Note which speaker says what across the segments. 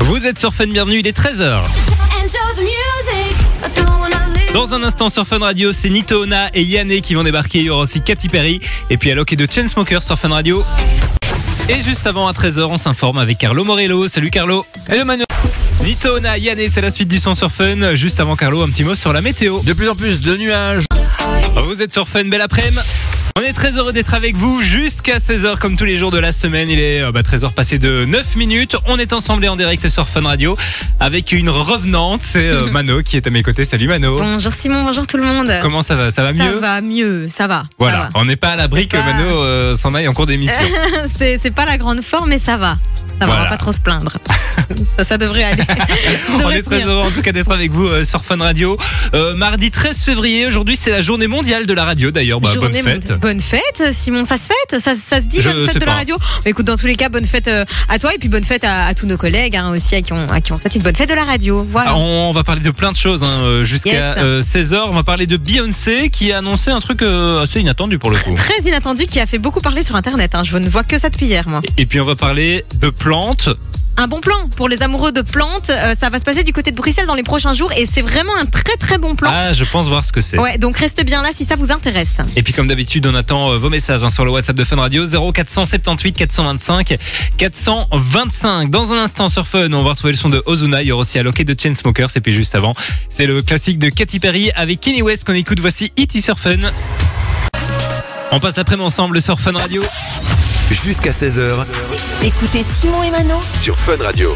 Speaker 1: Vous êtes sur Fun, bienvenue, il est 13h.
Speaker 2: Enjoy the music. I don't wanna leave.
Speaker 1: Dans un instant sur Fun Radio, c'est Nitoona et Yanné qui vont débarquer. Il y aura aussi Katy Perry et puis Alok et de Chainsmokers sur Fun Radio. Et juste avant à 13h, on s'informe avec Carlo Morello. Salut Carlo.
Speaker 3: Hello Manu
Speaker 1: Nitoona, Yanné, c'est la suite du son sur Fun. Juste avant Carlo, un petit mot sur la météo.
Speaker 3: De plus en plus de nuages.
Speaker 1: Vous êtes sur Fun, belle après-midi. On est très heureux d'être avec vous jusqu'à 16h comme tous les jours de la semaine. Il est euh, bah, 13h passé de 9 minutes. On est ensemble et en direct sur Fun Radio avec une revenante, c'est euh, Mano qui est à mes côtés. Salut Mano.
Speaker 4: Bonjour Simon, bonjour tout le monde.
Speaker 1: Comment ça va Ça va
Speaker 4: Ah. ça
Speaker 1: mieux
Speaker 4: va mieux, ça va.
Speaker 1: Voilà,
Speaker 4: ça
Speaker 1: on n'est pas à l'abri que
Speaker 4: C'est pas-
Speaker 1: Mano euh, s'en aille en cours d'émission.
Speaker 4: va. C'est c'est pas la grande forme, mais ça va. Ça va, on
Speaker 1: Voilà.
Speaker 4: va pas trop se plaindre. ça, ça devrait aller. Ça
Speaker 1: on
Speaker 4: devrait
Speaker 1: est très
Speaker 4: tenir.
Speaker 1: heureux en tout cas d'être avec vous euh, sur Fun Radio. Euh, mardi 13 février, aujourd'hui c'est la journée mondiale de la radio d'ailleurs. Bah, bonne
Speaker 4: Journée
Speaker 1: fête.
Speaker 4: mondiale. Bonne fête, Simon, ça se fête Ça, ça se dit,
Speaker 1: Je
Speaker 4: bonne
Speaker 1: sais
Speaker 4: fête de
Speaker 1: pas.
Speaker 4: la radio Mais Écoute, dans tous les cas, bonne fête euh, à toi et puis bonne fête à, à tous nos collègues hein, aussi à qui, on, à qui on souhaite une bonne fête de la radio. Voilà.
Speaker 1: Ah, on, on va parler de plein de choses hein, euh, jusqu'à
Speaker 4: Yes.
Speaker 1: 16h. On va parler de Beyoncé qui a annoncé un truc euh, assez inattendu pour le coup.
Speaker 4: Très inattendu qui a fait beaucoup parler sur Internet. hein. Je ne vois que ça depuis hier, moi.
Speaker 1: Et puis on va parler de plantes.
Speaker 4: un bon plan pour les amoureux de plantes. Euh, ça va se passer du côté de Bruxelles dans les prochains jours et c'est vraiment un très très bon plan.
Speaker 1: Ah, je pense voir ce que c'est.
Speaker 4: Ouais, donc restez bien là si ça vous intéresse.
Speaker 1: Et puis comme d'habitude, on attend euh, vos messages hein, sur le WhatsApp de Fun Radio 0478 425 425. Dans un instant sur Fun, on va retrouver le son de Ozuna, il y aura aussi Alloqué de Chainsmokers et puis juste avant, c'est le classique de Katy Perry avec Kenny West qu'on écoute. Voici It sur Fun. On passe après ensemble sur Fun Radio.
Speaker 5: Jusqu'à 16h
Speaker 2: Écoutez Simon et Manon
Speaker 5: sur Fun Radio.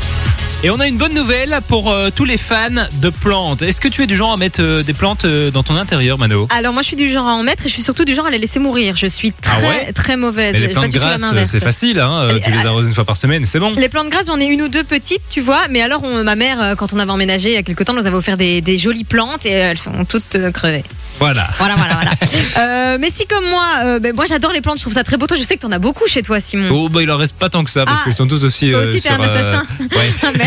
Speaker 1: Et on a une bonne nouvelle pour euh, tous les fans de plantes. Est-ce que tu es du genre à mettre euh, des plantes euh, dans ton intérieur, Mano
Speaker 4: Alors moi je suis du genre à en mettre et je suis surtout du genre à les laisser mourir. Je suis
Speaker 1: Ah
Speaker 4: très
Speaker 1: ouais
Speaker 4: très mauvaise.
Speaker 1: Mais les
Speaker 4: Pas
Speaker 1: plantes
Speaker 4: du tout la
Speaker 1: grasses,
Speaker 4: main
Speaker 1: euh,
Speaker 4: verte.
Speaker 1: c'est facile, hein, euh, tu les arroses une fois par semaine, c'est bon.
Speaker 4: Les plantes grasses, j'en ai une ou deux petites, tu vois. Mais alors, on- ma mère, euh, quand on avait emménagé il y a quelques temps, nous avait offert des, des jolies plantes et euh, elles sont toutes euh, crevées.
Speaker 1: Voilà.
Speaker 4: Voilà, voilà, voilà. Euh, mais si comme moi, euh, ben, moi j'adore les plantes, je trouve ça très beau. Toi, je sais que t'en as beaucoup chez toi, Simon.
Speaker 1: Oh bah il en reste pas tant que ça parce
Speaker 4: Ah,
Speaker 1: qu'ils sont tous aussi.
Speaker 4: toi
Speaker 1: euh,
Speaker 4: aussi, t'es
Speaker 1: sur,
Speaker 4: un assassin.
Speaker 1: euh, ouais.
Speaker 4: Ah merde.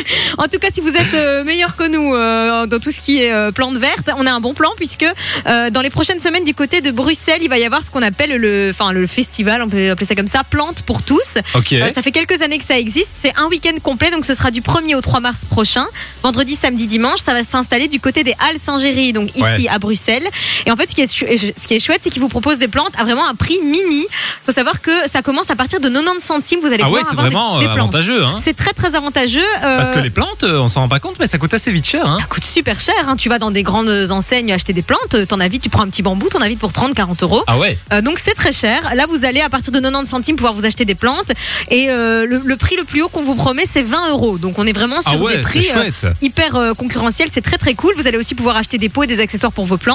Speaker 4: en tout cas, si vous êtes euh, meilleur que nous euh, dans tout ce qui est euh, plantes vertes, on a un bon plan puisque euh, dans les prochaines semaines du côté de Bruxelles, il va y avoir ce qu'on appelle le, enfin le festival, on peut appeler ça comme ça, plantes pour tous.
Speaker 1: Ok.
Speaker 4: Euh, ça fait quelques années que ça existe. C'est un week-end complet, donc ce sera du 1er au 3 mars prochain. Vendredi, samedi, dimanche, ça va s'installer du côté des Halles Saint-Géry, donc ici
Speaker 1: Ouais.
Speaker 4: à Bruxelles. Et en fait, ce qui est, chou- ce qui est chouette, c'est qu'ils vous proposent des plantes à vraiment un prix mini. faut savoir que ça commence à partir de 90 centimes. Vous allez
Speaker 1: ah ouais,
Speaker 4: pouvoir
Speaker 1: c'est
Speaker 4: avoir des-
Speaker 1: vraiment
Speaker 4: des,
Speaker 1: euh,
Speaker 4: plantes.
Speaker 1: avantageux. Hein.
Speaker 4: C'est très très avantageux. euh,
Speaker 1: Parce que les plantes, euh, on s'en rend pas compte, mais ça coûte assez vite cher. Hein.
Speaker 4: ça coûte super cher. hein. Tu vas dans des grandes enseignes acheter des plantes. euh, T'en as vite, tu prends un petit bambou, t'en as vite pour 30, 40 euros.
Speaker 1: Ah ouais.
Speaker 4: Euh, donc c'est très cher. Là, vous allez à partir de 90 centimes pouvoir vous acheter des plantes. Et euh, le, le prix le plus haut qu'on vous promet, c'est 20 euros. Donc on est vraiment sur
Speaker 1: Ah ouais,
Speaker 4: des
Speaker 1: c'est
Speaker 4: prix euh,
Speaker 1: chouette.
Speaker 4: hyper euh, concurrentiels. C'est très très cool. Vous allez aussi pouvoir acheter des pots et des accessoires pour vos plantes.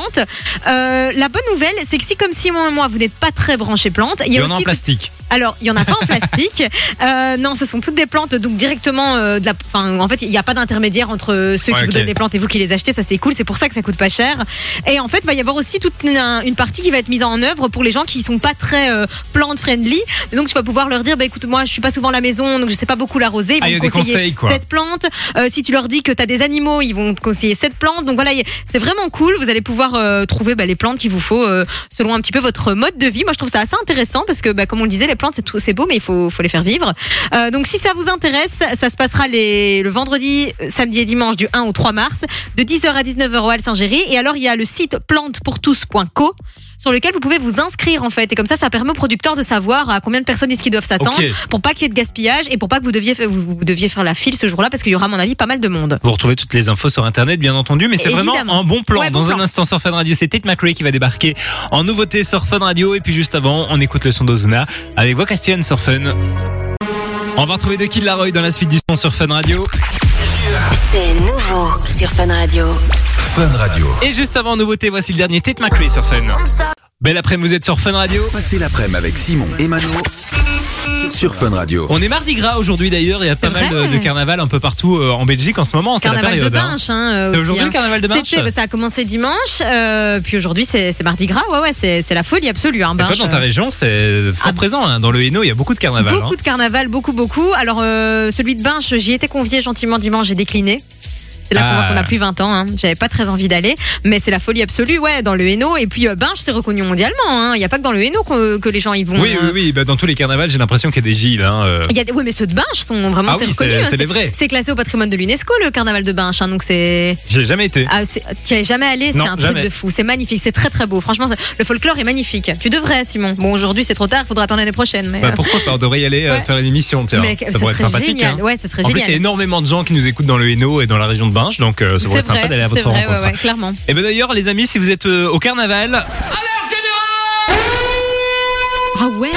Speaker 4: Euh, la bonne nouvelle, c'est que si comme Simon et moi, vous n'êtes pas très branchés plantes, il y
Speaker 1: Et
Speaker 4: a
Speaker 1: on est en
Speaker 4: aussi...
Speaker 1: plastique.
Speaker 4: Alors, il y en a pas en plastique. Euh, non, ce sont toutes des plantes, donc directement euh, de la. Enfin, en fait, il n'y a pas d'intermédiaire entre euh, ceux
Speaker 1: Ouais,
Speaker 4: qui vous
Speaker 1: ok.
Speaker 4: donnent les plantes et vous qui les achetez. Ça, c'est cool. C'est pour ça que ça coûte pas cher. Et en fait, il va y avoir aussi toute une, un- une partie qui va être mise en œuvre pour les gens qui sont pas très euh, plant friendly. Et donc, tu vas pouvoir leur dire, bah écoute, moi, je suis pas souvent à la maison, donc je sais pas beaucoup l'arroser. Ils
Speaker 1: Ah,
Speaker 4: vont
Speaker 1: il y a
Speaker 4: te
Speaker 1: des
Speaker 4: conseiller
Speaker 1: conseils, quoi.
Speaker 4: cette plante. Euh, si tu leur dis que tu as des animaux, ils vont te conseiller cette plante. Donc voilà, y- c'est vraiment cool. Vous allez pouvoir euh, trouver bah, les plantes qu'il vous faut euh, selon un petit peu votre mode de vie. Moi, je trouve ça assez intéressant parce que, bah, comme on le disait, les plantes, c'est tout- c'est beau, mais il faut, faut les faire vivre. Euh, donc si ça vous intéresse, ça se passera les, le vendredi, euh, samedi et dimanche du 1 au 3 mars, de 10h à 19h au Halle Saint-Géry. Et alors, il y a le site plantepourtous.co sur lequel vous pouvez vous inscrire en fait. Et comme ça, ça permet aux producteurs de savoir à combien de personnes est-ce qu'ils doivent s'attendre
Speaker 1: Ok.
Speaker 4: pour pas qu'il y ait de gaspillage et pour pas que vous deviez, fa- vous, vous deviez faire la file ce jour-là parce qu'il y aura, à mon avis, pas mal de monde.
Speaker 1: Vous retrouvez toutes les infos sur internet, bien entendu, mais c'est vraiment
Speaker 4: Évidemment.
Speaker 1: un bon plan.
Speaker 4: Ouais, bon
Speaker 1: Dans un
Speaker 4: plan.
Speaker 1: instant sur Fun Radio, c'est Tate McRae qui va débarquer en nouveauté sur Fun Radio. Et puis juste avant, on écoute le son d'Ozuna avec Vocation sur Fun. On va retrouver de Kid Laroi dans la suite du son sur Fun Radio.
Speaker 2: C'est nouveau sur Fun Radio.
Speaker 5: Fun Radio.
Speaker 1: Et juste avant nouveauté, voici le dernier Tate McRae sur Fun. Belle après-midi, vous êtes sur Fun Radio.
Speaker 5: Passez l'après-midi avec Simon et Mano sur Fun Radio.
Speaker 1: On est mardi gras aujourd'hui d'ailleurs, il y a pas
Speaker 4: vrai.
Speaker 1: mal de, de carnaval un peu partout euh, en Belgique en ce moment, c'est la
Speaker 4: Carnaval de
Speaker 1: période. hein.
Speaker 4: Binche, hein, euh,
Speaker 1: C'est
Speaker 4: aussi,
Speaker 1: aujourd'hui
Speaker 4: hein.
Speaker 1: le carnaval de Binche
Speaker 4: C'était- bah, ça a commencé dimanche, euh, puis aujourd'hui c'est c'est mardi gras, ouais ouais, c'est c'est la folie absolue. Hein,
Speaker 1: Et toi
Speaker 4: Binche,
Speaker 1: dans ta
Speaker 4: euh.
Speaker 1: région, c'est fort
Speaker 4: Ah.
Speaker 1: présent hein. dans le Hainaut, il y a beaucoup de carnaval. hein.
Speaker 4: Beaucoup de carnaval, beaucoup, beaucoup. Alors, euh, celui de Binche, j'y étais convié gentiment dimanche, j'ai décliné. C'est- C'est là qu'on voit
Speaker 1: Ah.
Speaker 4: qu'on a plus 20 ans. hein. J'avais pas très envie d'aller, mais c'est la folie absolue, ouais, dans le Hainaut. Et puis, euh, Binge, c'est reconnu mondialement. hein. Il n'y a pas que dans le Hainaut que, que les gens y vont.
Speaker 1: Oui, oui,
Speaker 4: euh.
Speaker 1: oui. Bah, dans tous les carnavals, j'ai l'impression qu'il y a des gilles. Hein, euh.
Speaker 4: Il y a des- oui, mais ceux de Binge sont vraiment
Speaker 1: Ah
Speaker 4: c'est
Speaker 1: oui,
Speaker 4: reconnu.
Speaker 1: c'est-
Speaker 4: hein.
Speaker 1: c'est les vrais.
Speaker 4: C'est classé au patrimoine de l'UNESCO le carnaval de Binge. hein. donc c'est.
Speaker 1: J'ai jamais été.
Speaker 4: Ah, c'est- tu y es jamais allé, c'est
Speaker 1: Non,
Speaker 4: un
Speaker 1: jamais.
Speaker 4: truc de fou. C'est magnifique, c'est très très beau. Franchement, le folklore est magnifique. Tu devrais, Simon. Bon, aujourd'hui c'est trop tard, il faudra attendre l'année prochaine. Mais,
Speaker 1: Bah,
Speaker 4: euh,
Speaker 1: pourquoi pas On devrait y aller euh,
Speaker 4: Ouais.
Speaker 1: faire une émission, tiens.
Speaker 4: mais
Speaker 1: ça
Speaker 4: ce
Speaker 1: pourrait être
Speaker 4: serait
Speaker 1: sympathique.
Speaker 4: génial.
Speaker 1: hein.
Speaker 4: Ouais, ce serait
Speaker 1: En plus, il
Speaker 4: génial.
Speaker 1: y a énormément de gens qui nous écoutent dans le Hainaut et dans la région de Binge, donc euh, ça pourrait être sympa d'aller à
Speaker 4: c'est
Speaker 1: votre
Speaker 4: vrai,
Speaker 1: rencontre.
Speaker 4: ouais, ouais, clairement.
Speaker 1: Et ben d'ailleurs, les amis, si vous êtes euh, au carnaval,
Speaker 4: Ah ouais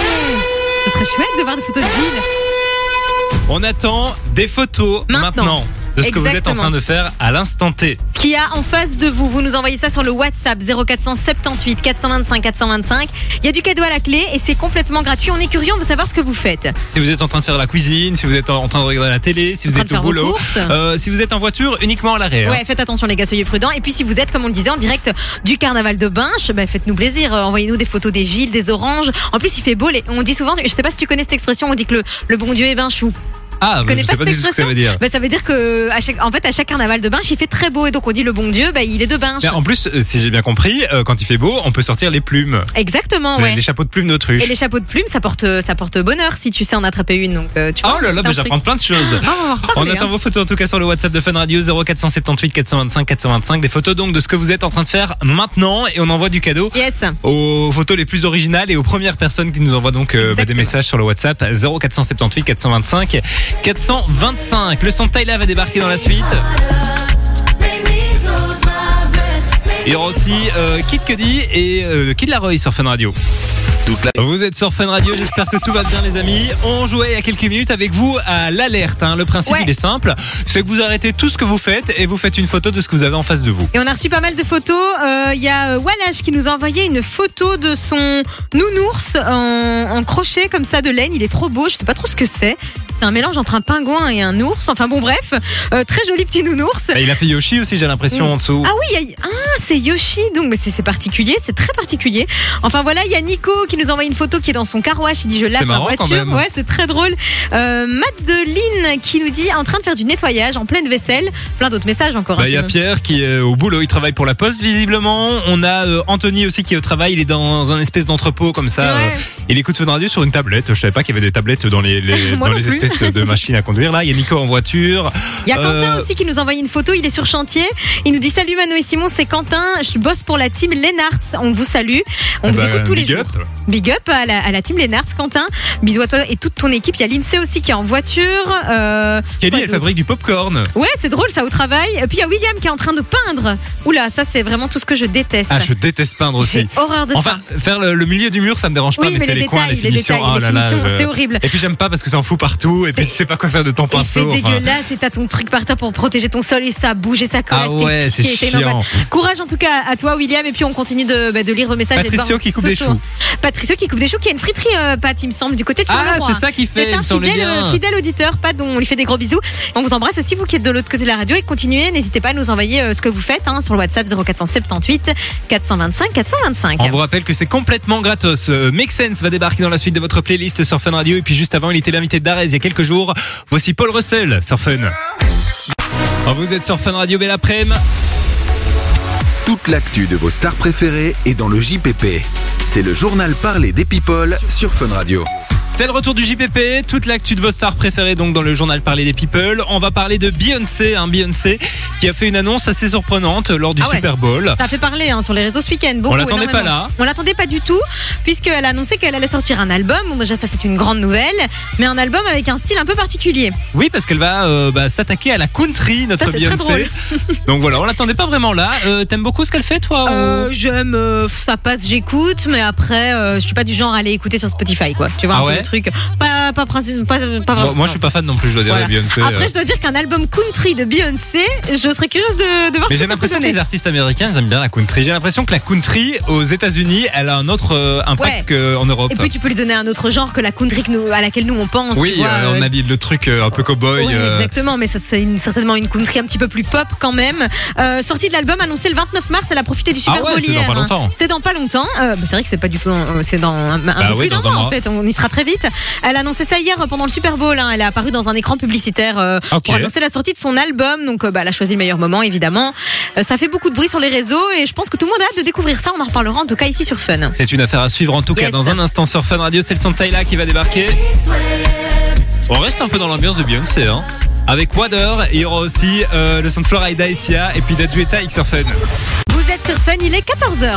Speaker 4: Ce serait chouette de voir des photos de Gilles.
Speaker 1: on attend des photos maintenant,
Speaker 4: Maintenant.
Speaker 1: de ce que vous êtes en
Speaker 4: Exactement.
Speaker 1: train de faire à l'instant T.
Speaker 4: Ce qu'il y a en face de vous, vous nous envoyez ça sur le WhatsApp 0478 425 425. Il y a du cadeau à la clé et c'est complètement gratuit. On est curieux, on veut savoir ce que vous faites.
Speaker 1: Si vous êtes en train de faire la cuisine, si vous êtes en en train de regarder la télé, si vous
Speaker 4: train
Speaker 1: êtes
Speaker 4: de
Speaker 1: au
Speaker 4: faire vos
Speaker 1: boulot,
Speaker 4: courses.
Speaker 1: euh, si vous êtes en voiture, uniquement à l'arrêt. hein.
Speaker 4: Ouais, faites attention les gars, soyez prudents. Et puis si vous êtes, comme on le disait, en direct du carnaval de Binche, bah, faites-nous plaisir. Euh, Envoyez-nous des photos des gilles, des oranges. En plus, il fait beau. les- On dit souvent, je sais pas si tu connais cette expression, on dit que le, le bon Dieu est ben chou.
Speaker 1: Ah, bah,
Speaker 4: connais
Speaker 1: je
Speaker 4: pas
Speaker 1: sais pas
Speaker 4: cette
Speaker 1: du tout ce que ça
Speaker 4: expression
Speaker 1: veut dire.
Speaker 4: Bah, ça veut dire que à chaque, en fait, à chaque carnaval de Binche, il fait très beau et donc on dit le bon Dieu, bah, il est de Binche.
Speaker 1: Mais en plus, euh, si j'ai bien compris, euh, quand il fait beau, on peut sortir les plumes,
Speaker 4: Exactement,
Speaker 1: les-
Speaker 4: ouais.
Speaker 1: les chapeaux de plumes d'autruche.
Speaker 4: Et les chapeaux de plumes, ça porte, ça porte bonheur si tu sais en attraper une. Donc, euh, tu
Speaker 1: Oh
Speaker 4: vois,
Speaker 1: là
Speaker 4: c'est
Speaker 1: là, bah,
Speaker 4: un truc.
Speaker 1: j'apprends plein de choses.
Speaker 4: Ah, on va en
Speaker 1: On
Speaker 4: reparler,
Speaker 1: attend
Speaker 4: hein.
Speaker 1: vos photos en tout cas sur le WhatsApp de Fun Radio 0478 425 425 des photos donc de ce que vous êtes en train de faire maintenant et on envoie du cadeau
Speaker 4: Yes.
Speaker 1: aux photos les plus originales et aux premières personnes qui nous envoient donc euh, bah, des
Speaker 4: Exactement.
Speaker 1: messages sur le WhatsApp 0478 425 425. Le son de Tyla va débarquer dans la suite. Il y aura aussi euh, Kid Cudi et euh, Kid Laroi sur Fun Radio.
Speaker 5: Toute la...
Speaker 1: Vous êtes sur Fun Radio, j'espère que tout va bien les amis. On jouait il y a quelques minutes avec vous à l'alerte. hein. Le principe
Speaker 4: Ouais.
Speaker 1: il est simple, c'est que vous arrêtez tout ce que vous faites et vous faites une photo de ce que vous avez en face de vous.
Speaker 4: Et on a reçu pas mal de photos. Euh, Il y a euh, Wallach qui nous a envoyé une photo de son nounours en, en crochet comme ça de laine. Il est trop beau, je sais pas trop ce que c'est. C'est un mélange entre un pingouin et un ours. Enfin bon, bref, Euh, très joli petit nounours.
Speaker 1: Et il a fait Yoshi aussi j'ai l'impression
Speaker 4: Mm.
Speaker 1: en dessous.
Speaker 4: Ah oui, il y a- ah, c'est Yoshi, donc mais c'est c'est particulier, c'est très particulier. Enfin voilà, il y a Nico qui nous envoie une photo qui est dans son carouage, il dit je
Speaker 1: C'est
Speaker 4: lave ma
Speaker 1: marrant, quand
Speaker 4: voiture.
Speaker 1: même.
Speaker 4: Ouais, c'est très drôle. Euh, Madeleine qui nous dit en train de faire du nettoyage en pleine vaisselle, plein d'autres messages encore.
Speaker 1: Bah,
Speaker 4: hein,
Speaker 1: il y a
Speaker 4: Simon.
Speaker 1: Pierre qui est au boulot, il travaille pour la Poste visiblement. On a euh, Anthony aussi qui est au travail, il est dans un espèce d'entrepôt comme ça.
Speaker 4: Ouais.
Speaker 1: Euh, il écoute Fun Radio sur une tablette. Je savais pas qu'il y avait des tablettes dans les, les-
Speaker 4: Moi
Speaker 1: dans
Speaker 4: non
Speaker 1: les
Speaker 4: plus.
Speaker 1: espèces de machines à conduire là. Il y a Nico en voiture.
Speaker 4: Il y a Quentin
Speaker 1: Euh,
Speaker 4: aussi qui nous envoie une photo, il est sur chantier. Il nous dit Salut Mano et Simon, c'est Quentin, je bosse pour la team Lennartz. On vous salue, on vous
Speaker 1: Bah,
Speaker 4: écoute tous les
Speaker 1: big
Speaker 4: jours.
Speaker 1: up.
Speaker 4: Big up à la, à la team Lennartz, Quentin. Bisous à toi et toute ton équipe. Il y a l'INSEE aussi qui est en voiture. Euh,
Speaker 1: Kelly
Speaker 4: quoi
Speaker 1: elle
Speaker 4: d'autre
Speaker 1: fabrique du popcorn.
Speaker 4: Ouais, c'est drôle ça au travail. Et puis il y a William qui est en train de peindre. Oula, ça c'est vraiment tout ce que je déteste.
Speaker 1: Ah je déteste peindre aussi.
Speaker 4: J'ai horreur de
Speaker 1: Enfin,
Speaker 4: ça.
Speaker 1: faire le, le milieu du mur, ça me dérange pas,
Speaker 4: Oui,
Speaker 1: mais,
Speaker 4: mais
Speaker 1: c'est
Speaker 4: les
Speaker 1: les, coins,
Speaker 4: détails,
Speaker 1: les
Speaker 4: les
Speaker 1: finitions.
Speaker 4: détails,
Speaker 1: Oh
Speaker 4: les
Speaker 1: là là,
Speaker 4: finitions,
Speaker 1: je-
Speaker 4: c'est horrible.
Speaker 1: Et puis j'aime pas parce que ça en fout partout, et puis tu sais pas quoi faire de ton
Speaker 4: Et c'est
Speaker 1: pinceau. enfin.
Speaker 4: dégueulasse et t'as ton truc par terre pour protéger ton sol et ça bouge et ça colle
Speaker 1: Ah
Speaker 4: à tes
Speaker 1: ouais, c'est
Speaker 4: pieds, et une
Speaker 1: chiant.
Speaker 4: embête. Courage en tout cas à toi William et puis on continue de, bah, de lire vos messages. et de voir
Speaker 1: Patricio
Speaker 4: vos
Speaker 1: qui coupe des
Speaker 4: photos.
Speaker 1: choux.
Speaker 4: Patricio qui coupe des choux qui a une friterie euh, Pat il me semble du côté de
Speaker 1: Ah,
Speaker 4: Charleroi.
Speaker 1: c'est ça qu'il fait,
Speaker 4: C'est
Speaker 1: il me
Speaker 4: un
Speaker 1: semblait
Speaker 4: fidèle,
Speaker 1: bien.
Speaker 4: euh, fidèle auditeur, Pat, dont on lui fait des gros bisous. On vous embrasse aussi, vous qui êtes de l'autre côté de la radio, et continuez, n'hésitez pas à nous envoyer euh, ce que vous faites hein, sur le WhatsApp 0478 425 425.
Speaker 1: On vous rappelle que c'est complètement gratos. Euh, Make Sense va débarquer dans la suite de votre playlist sur Fun Radio. Et puis juste avant, il était l'invité d'Arez il y a quelques jours. Voici Paul Russell sur Fun. Alors, vous êtes sur Fun Radio, bel après-midi.
Speaker 5: Toute l'actu de vos stars préférées est dans le JPP. C'est le journal parlé des people sur Fun Radio.
Speaker 1: C'est le retour du JPP, toute l'actu de vos stars préférées donc dans le journal Parler des People. On va parler de Beyoncé, hein, Beyoncé qui a fait une annonce assez surprenante lors du
Speaker 4: Ah ouais.
Speaker 1: Super Bowl.
Speaker 4: Ça a fait parler hein, sur les réseaux ce week-end. beaucoup,
Speaker 1: On l'attendait pas
Speaker 4: énormément.
Speaker 1: là.
Speaker 4: On l'attendait pas du tout, puisqu'elle a annoncé qu'elle allait sortir un album. Bon, déjà, ça, c'est une grande nouvelle, mais un album avec un style un peu particulier.
Speaker 1: Oui, parce qu'elle va euh, bah, s'attaquer à la country, notre
Speaker 4: Ça, c'est très
Speaker 1: Beyoncé. Donc voilà, on l'attendait pas vraiment là. Euh, T'aimes beaucoup ce qu'elle fait, toi ou-
Speaker 4: Euh, J'aime, euh, ça passe, j'écoute, mais après, euh, je suis pas du genre à aller écouter sur Spotify, quoi. Tu vois,
Speaker 1: Ah
Speaker 4: un peu
Speaker 1: ouais
Speaker 4: le truc. Pas, pas, princi- pas, pas
Speaker 1: moi,
Speaker 4: vraiment.
Speaker 1: moi, je suis pas fan non plus, je dois dire,
Speaker 4: Voilà.
Speaker 1: de Beyoncé. euh.
Speaker 4: Après, je dois dire qu'un album country de Beyoncé, je serais curieuse de, de voir
Speaker 1: Mais
Speaker 4: ce
Speaker 1: j'ai
Speaker 4: que ça peut
Speaker 1: l'impression que
Speaker 4: donner.
Speaker 1: les artistes américains ils aiment bien la country. J'ai l'impression que la country aux États-Unis, elle a un autre euh,
Speaker 4: Ouais.
Speaker 1: impact qu'en Europe.
Speaker 4: Et puis, tu peux lui donner un autre genre que la country que nous- à laquelle nous on pense.
Speaker 1: oui,
Speaker 4: tu vois,
Speaker 1: euh,
Speaker 4: euh,
Speaker 1: on a dit le truc euh, un peu
Speaker 4: Ouais,
Speaker 1: cow-boy. euh,
Speaker 4: exactement, mais ça, c'est une- certainement une country un petit peu plus pop quand même. Euh, sortie de l'album annoncée le 29 mars, elle a profité du
Speaker 1: Ah
Speaker 4: Super
Speaker 1: ouais,
Speaker 4: Bowl
Speaker 1: c'est dans
Speaker 4: hier,
Speaker 1: pas
Speaker 4: hein.
Speaker 1: longtemps.
Speaker 4: C'est dans pas longtemps. Euh, bah, c'est vrai que c'est pas du tout, dans- euh, c'est dans un, un
Speaker 1: Bah
Speaker 4: peu
Speaker 1: oui,
Speaker 4: plus d'un
Speaker 1: dans un
Speaker 4: mois en
Speaker 1: mois.
Speaker 4: fait. On y sera très vite. vite. Elle a annoncé ça hier pendant le Super Bowl. hein. Elle est apparue dans un écran publicitaire euh,
Speaker 1: Ok.
Speaker 4: pour annoncer la sortie de son album. Donc, euh, bah, elle a choisi le meilleur moment, évidemment. Euh, ça fait beaucoup de bruit sur les réseaux et je pense que tout le monde a hâte de découvrir ça. On en reparlera en tout cas ici sur Fun.
Speaker 1: C'est une affaire à suivre en tout cas
Speaker 4: Yes.
Speaker 1: dans un instant sur Fun Radio. C'est le son de Tyla qui va débarquer. On reste un peu dans l'ambiance de Beyoncé. Hein. Avec Wader, il y aura aussi euh, le son de Florida et Sia et puis Dajueta X sur Fun.
Speaker 4: Vous êtes sur Fun, il est 14h.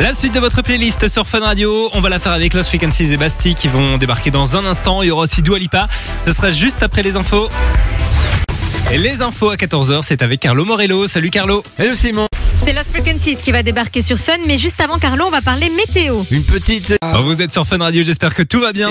Speaker 1: La suite de votre playlist sur Fun Radio, on va la faire avec Lost Frequencies et Basti qui vont débarquer dans un instant. Il y aura aussi Dua Lipa. Ce sera juste après les infos. Et les infos à 14h, c'est avec Carlo Morello. Salut Carlo.
Speaker 3: Hello Simon,
Speaker 4: C'est Lost Frequencies qui va débarquer sur Fun, mais juste avant, Carlo, on va parler météo.
Speaker 3: une petite. euh,
Speaker 1: Oh, Vous êtes sur Fun Radio, j'espère que tout va bien.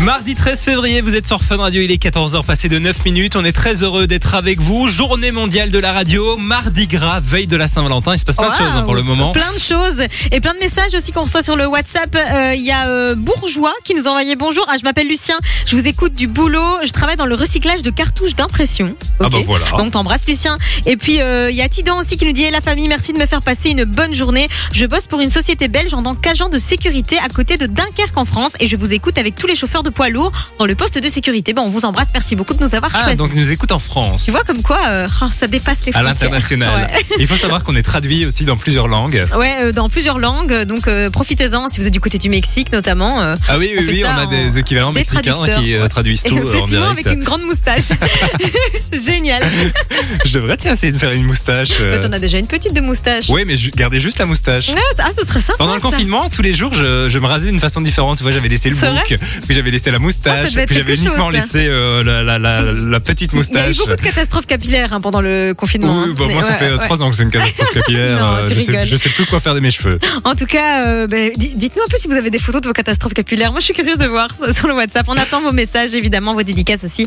Speaker 1: Mardi 13 février, vous êtes sur Fun Radio, il est 14h passé de 9 minutes. On est très heureux d'être avec vous. Journée mondiale de la radio, mardi gras, veille de la Saint-Valentin. Il se passe plein de choses hein, pour le
Speaker 4: Waouh,
Speaker 1: moment.
Speaker 4: Plein de choses et plein de messages aussi qu'on reçoit sur le WhatsApp. Euh, Il y a euh, Bourgeois qui nous a envoyé bonjour. Ah, je m'appelle Lucien, je vous écoute du boulot, je travaille dans le recyclage de cartouches d'impression.
Speaker 1: Ah
Speaker 4: Ok.
Speaker 1: bah voilà.
Speaker 4: Donc t'embrasses Lucien. Et puis euh, il y a Tidan aussi qui nous dit Eh, la famille, merci de me faire passer une bonne journée. Je bosse pour une société belge en tant qu'agent de sécurité à côté de Dunkerque en France et je vous écoute avec tous les chauffeurs de poids lourds dans le poste de sécurité. Bon, on vous embrasse, merci beaucoup de nous avoir
Speaker 1: Ah,
Speaker 4: choisis.
Speaker 1: donc nous écoute en France.
Speaker 4: Tu vois comme quoi euh, oh, ça dépasse les
Speaker 1: à
Speaker 4: frontières.
Speaker 1: l'international.
Speaker 4: Ouais.
Speaker 1: Il faut savoir qu'on est traduit aussi dans plusieurs langues.
Speaker 4: Ouais, euh, dans plusieurs langues, euh, donc euh, profitez-en si vous êtes du côté du Mexique notamment. euh,
Speaker 1: Ah oui, oui,
Speaker 4: fait
Speaker 1: oui,
Speaker 4: ça
Speaker 1: on a
Speaker 4: en-
Speaker 1: des équivalents
Speaker 4: des
Speaker 1: mexicains
Speaker 4: traducteurs,
Speaker 1: qui euh,
Speaker 4: ouais.
Speaker 1: traduisent
Speaker 4: et
Speaker 1: tout euh,
Speaker 4: c'est
Speaker 1: en
Speaker 4: Simon
Speaker 1: direct. Euh.
Speaker 4: avec une grande moustache. c'est génial.
Speaker 1: Je devrais tiens, essayer de faire une moustache.
Speaker 4: Toi,
Speaker 1: euh.
Speaker 4: T'en as déjà une petite de moustache.
Speaker 1: Oui, mais ju- gardez juste la moustache.
Speaker 4: Ah, ça- ah, ce serait sympa.
Speaker 1: Pendant le
Speaker 4: ça.
Speaker 1: confinement, tous les jours, je, je me rasais d'une façon différente. Tu vois, j'avais laissé le
Speaker 4: C'est
Speaker 1: bouc, puis j'avais laissé la
Speaker 4: Ah,
Speaker 1: moustache,
Speaker 4: ça devait être
Speaker 1: puis j'avais
Speaker 4: quelque
Speaker 1: uniquement
Speaker 4: chose, ça.
Speaker 1: laissé euh, la, la- la- la petite
Speaker 4: Il y a eu
Speaker 1: moustache.
Speaker 4: beaucoup de catastrophes capillaires hein, pendant le confinement.
Speaker 1: Oui,
Speaker 4: hein.
Speaker 1: bah, moi, ça
Speaker 4: Ouais,
Speaker 1: fait euh,
Speaker 4: ouais.
Speaker 1: trois ans que c'est une catastrophe capillaire.
Speaker 4: Non,
Speaker 1: euh,
Speaker 4: tu
Speaker 1: je, sais,
Speaker 4: rigoles.
Speaker 1: je sais plus quoi faire de mes cheveux.
Speaker 4: En tout cas, euh, bah, di- dites-nous un peu si vous avez des photos de vos catastrophes capillaires. Moi, je suis curieuse de voir ça sur le WhatsApp. On attend vos messages, évidemment, vos dédicaces aussi.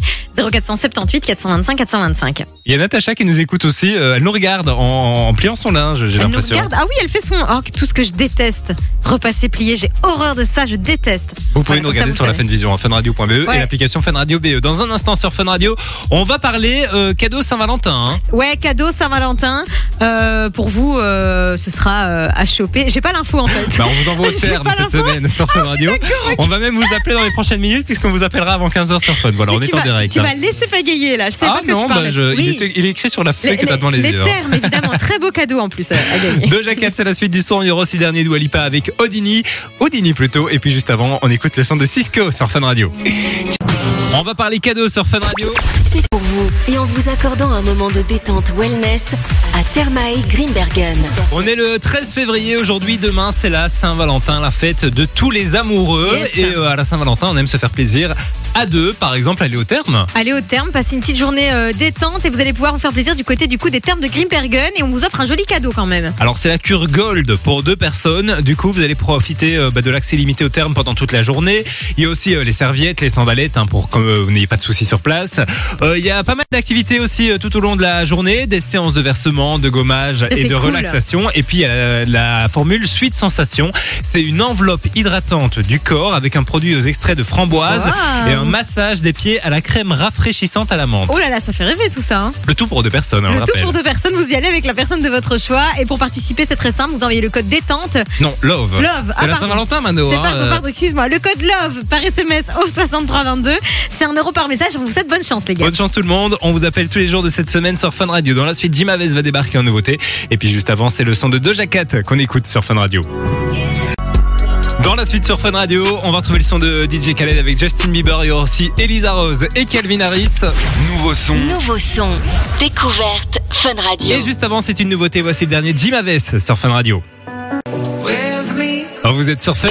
Speaker 4: 0478 425 425.
Speaker 1: Il y a Natacha qui nous écoute aussi. euh, elle nous regarde en, en pliant son linge, j'ai
Speaker 4: Elle nous
Speaker 1: l'impression.
Speaker 4: regarde. Ah oui, elle fait son. Oh, tout ce que je déteste. Repasser plié, j'ai horreur de ça, je déteste.
Speaker 1: Vous pouvez
Speaker 4: Voilà,
Speaker 1: nous
Speaker 4: comme ça,
Speaker 1: regarder
Speaker 4: vous
Speaker 1: sur la
Speaker 4: savez.
Speaker 1: funvision, hein, funradio.be
Speaker 4: Ouais.
Speaker 1: et l'application funradio.be. E. Dans un instant sur Fun Radio, on va parler euh, cadeau Saint-Valentin. hein.
Speaker 4: Ouais, cadeau Saint-Valentin. Euh, pour vous, euh, ce sera euh, à choper. J'ai pas l'info en fait.
Speaker 1: Bah, on vous envoie au
Speaker 4: J'ai
Speaker 1: terme
Speaker 4: pas
Speaker 1: cette
Speaker 4: l'info. Ah,
Speaker 1: semaine sur Fun Radio. On va même vous appeler dans les prochaines minutes puisqu'on vous appellera avant 15h sur Fun. Voilà,
Speaker 4: Mais
Speaker 1: on
Speaker 4: tu
Speaker 1: est en
Speaker 4: m'as-
Speaker 1: direct.
Speaker 4: Tu
Speaker 1: hein.
Speaker 4: m'as laissé pagayer là. Je sais
Speaker 1: Ah
Speaker 4: pas de quoi
Speaker 1: non,
Speaker 4: tu parlais.
Speaker 1: bah, je- il,
Speaker 4: Oui.
Speaker 1: était- il est écrit sur la feuille que t'as devant les,
Speaker 4: les
Speaker 1: yeux. hein.
Speaker 4: termes, évidemment. Très beau cadeau en plus euh, à gagner.
Speaker 1: Deux jaquettes, c'est la suite du son. Il y aura aussi le dernier Doualipa avec Odini. Odini plutôt. Et puis juste avant, on écoute le son de Cisco sur Fun Radio. On va parler cadeaux sur Fun Radio.
Speaker 2: Fait pour vous et en vous accordant un moment de détente wellness à Thermae Grimbergen.
Speaker 1: On est le 13 février aujourd'hui, demain c'est la Saint-Valentin, la fête de tous les amoureux.
Speaker 4: Yes.
Speaker 1: Et euh, à la Saint-Valentin, on aime se faire plaisir à deux, par exemple aller au terme.
Speaker 4: Allez au terme, passez une petite journée euh, détente et vous allez pouvoir vous faire plaisir du côté du coup des termes de Grimbergen et on vous offre un joli cadeau quand même.
Speaker 1: Alors c'est la cure Gold pour deux personnes, du coup vous allez profiter euh, bah, de l'accès limité au terme pendant toute la journée. Il y a aussi euh, les serviettes, les sandalettes hein, pour que euh, vous n'ayez pas de soucis sur place. Euh, il y a pas mal d'activités aussi euh, tout au long de la journée, des séances de versement, de gommage et
Speaker 4: C'est
Speaker 1: de
Speaker 4: cool.
Speaker 1: relaxation. Et puis il y a la, la formule Suite Sensation, c'est une enveloppe hydratante du corps avec un produit aux extraits de framboise
Speaker 4: Wow.
Speaker 1: et un massage des pieds à la crème rafraîchissante à la menthe.
Speaker 4: Oh là là, ça fait rêver tout ça. hein.
Speaker 1: Le tout pour deux personnes, hein, on
Speaker 4: Le tout
Speaker 1: rappelle.
Speaker 4: pour deux personnes, vous y allez avec la personne de votre choix. Et pour participer, c'est très simple, vous envoyez le code détente.
Speaker 1: Non, Love.
Speaker 4: Love. Ah,
Speaker 1: C'est la
Speaker 4: pardon.
Speaker 1: Saint-Valentin, Mano.
Speaker 4: C'est
Speaker 1: hein,
Speaker 4: pardon,
Speaker 1: euh,
Speaker 4: pardon, excuse-moi. Le code LOVE par SMS au 6322. C'est un euro par message. On vous souhaite bonne chance, les gars.
Speaker 1: Bonne chance tout le monde, on vous appelle tous les jours de cette semaine sur Fun Radio. Dans la suite, Jim Aves va débarquer en nouveauté. Et puis juste avant, c'est le son de Doja Cat qu'on écoute sur Fun Radio. Dans la suite sur Fun Radio, on va retrouver le son de DJ Khaled avec Justin Bieber. Il y aura aussi Elisa Rose et Calvin Harris.
Speaker 3: Nouveau son.
Speaker 2: Nouveau son, découverte Fun Radio.
Speaker 1: Et juste avant, c'est une nouveauté. Voici le dernier Jim Aves sur Fun Radio. Alors vous êtes sur Fun.